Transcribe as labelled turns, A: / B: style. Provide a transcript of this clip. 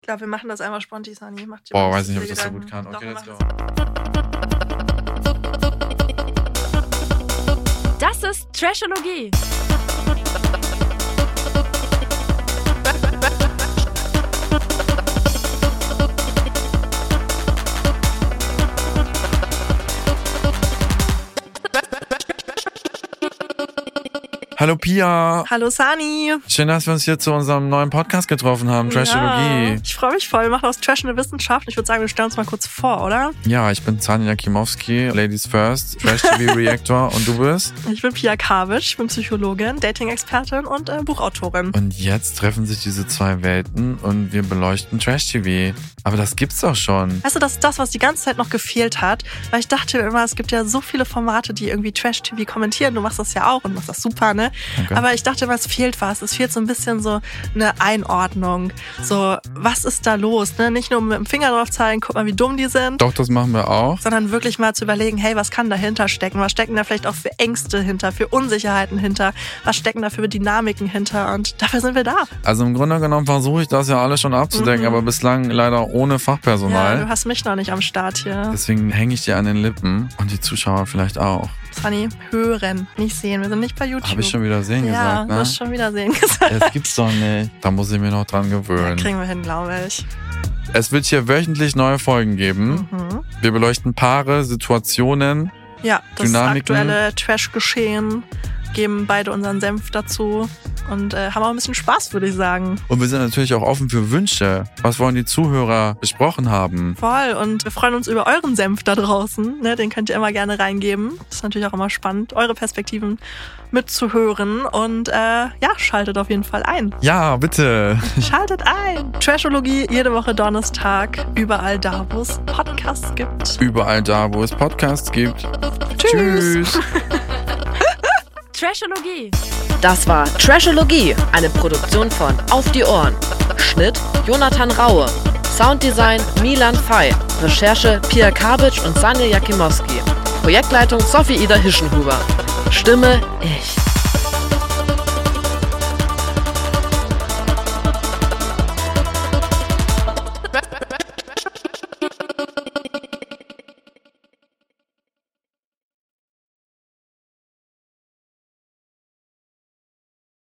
A: Ich glaube, wir machen das einfach spontan, Sani. Macht dir
B: Boah,
A: mal
B: weiß nicht, ob ich
A: viele
B: das so
A: Gedanken.
B: gut kann.
A: Doch,
B: Okay,
A: wir
B: let's
A: machen
B: go.
A: das.
C: Das ist Trashologie.
B: Hallo Pia.
A: Hallo Sani.
B: Schön, dass wir uns hier zu unserem neuen Podcast getroffen haben, Trashologie.
A: Ja, ich freue mich voll. Wir machen aus Trash eine Wissenschaft. Ich würde sagen, wir stellen uns mal kurz vor, oder?
B: Ja, ich bin Tanja Kimowski, Ladies First, Trash TV Reactor und du bist.
A: Ich bin Pia Kavisch, bin Psychologin, Dating-Expertin und äh, Buchautorin.
B: Und jetzt treffen sich diese zwei Welten und wir beleuchten Trash TV. Aber das gibt's doch schon.
A: Weißt du, das ist das, was die ganze Zeit noch gefehlt hat, weil ich dachte immer, es gibt ja so viele Formate, die irgendwie Trash-TV kommentieren. Du machst das ja auch und machst das super, ne?
B: Danke.
A: Aber ich dachte immer, es fehlt was. Es fehlt so ein bisschen so eine Einordnung. So, was ist da los? Ne? Nicht nur mit dem Finger drauf zeigen, guck mal, wie dumm die sind.
B: doch, das machen wir auch.
A: sondern wirklich mal zu überlegen, hey, was kann dahinter stecken? Was stecken da vielleicht auch für Ängste hinter, für Unsicherheiten hinter? Was stecken da für Dynamiken hinter? Und dafür sind wir da.
B: Also im Grunde genommen versuche ich das ja alles schon abzudecken,
A: Mhm.
B: aber bislang leider ohne
A: Ja,
B: Fachpersonal.
A: du hast mich noch nicht am Start hier.
B: Deswegen hänge ich dir an den Lippen und die Zuschauer vielleicht auch.
A: Sunny, hören, nicht sehen. Wir sind nicht bei YouTube.
B: Habe ich schon wieder sehen
A: ja, du hast
B: gesagt, ne?
A: schon wieder sehen gesagt.
B: Es gibt's doch nicht. Da muss ich mir noch dran
A: Ja,
B: gewöhnen.
A: kriegen wir hin, glaube ich.
B: es wird hier wöchentlich neue Folgen geben.
A: Mhm.
B: Wir beleuchten Paare, Situationen.
A: Ja, das
B: Dynamiken.
A: aktuelle Trash-Geschehen geben beide unseren Senf dazu und äh, haben auch ein bisschen Spaß, würde ich sagen.
B: Und wir sind natürlich auch offen für Wünsche. Was wollen die Zuhörer besprochen haben?
A: Voll. Und wir freuen uns über euren Senf da draußen. Ne? Den könnt ihr immer gerne reingeben. Ist natürlich auch immer spannend, eure Perspektiven mitzuhören. Und äh, ja, schaltet auf jeden Fall ein.
B: Ja, bitte.
A: Schaltet ein. Trashologie jede Woche Donnerstag. Überall da, wo es Podcasts gibt.
B: Überall da, wo es Podcasts gibt. Tschüss.
C: Trashologie.
D: Das war Trashologie, eine Produktion von Auf die Ohren. Schnitt Jonathan Raue. Sounddesign Milan Fey. Recherche Pia Kabitsch und Sanja Jakimowski. Projektleitung Sophie Ida Hischenhuber. Stimme ich.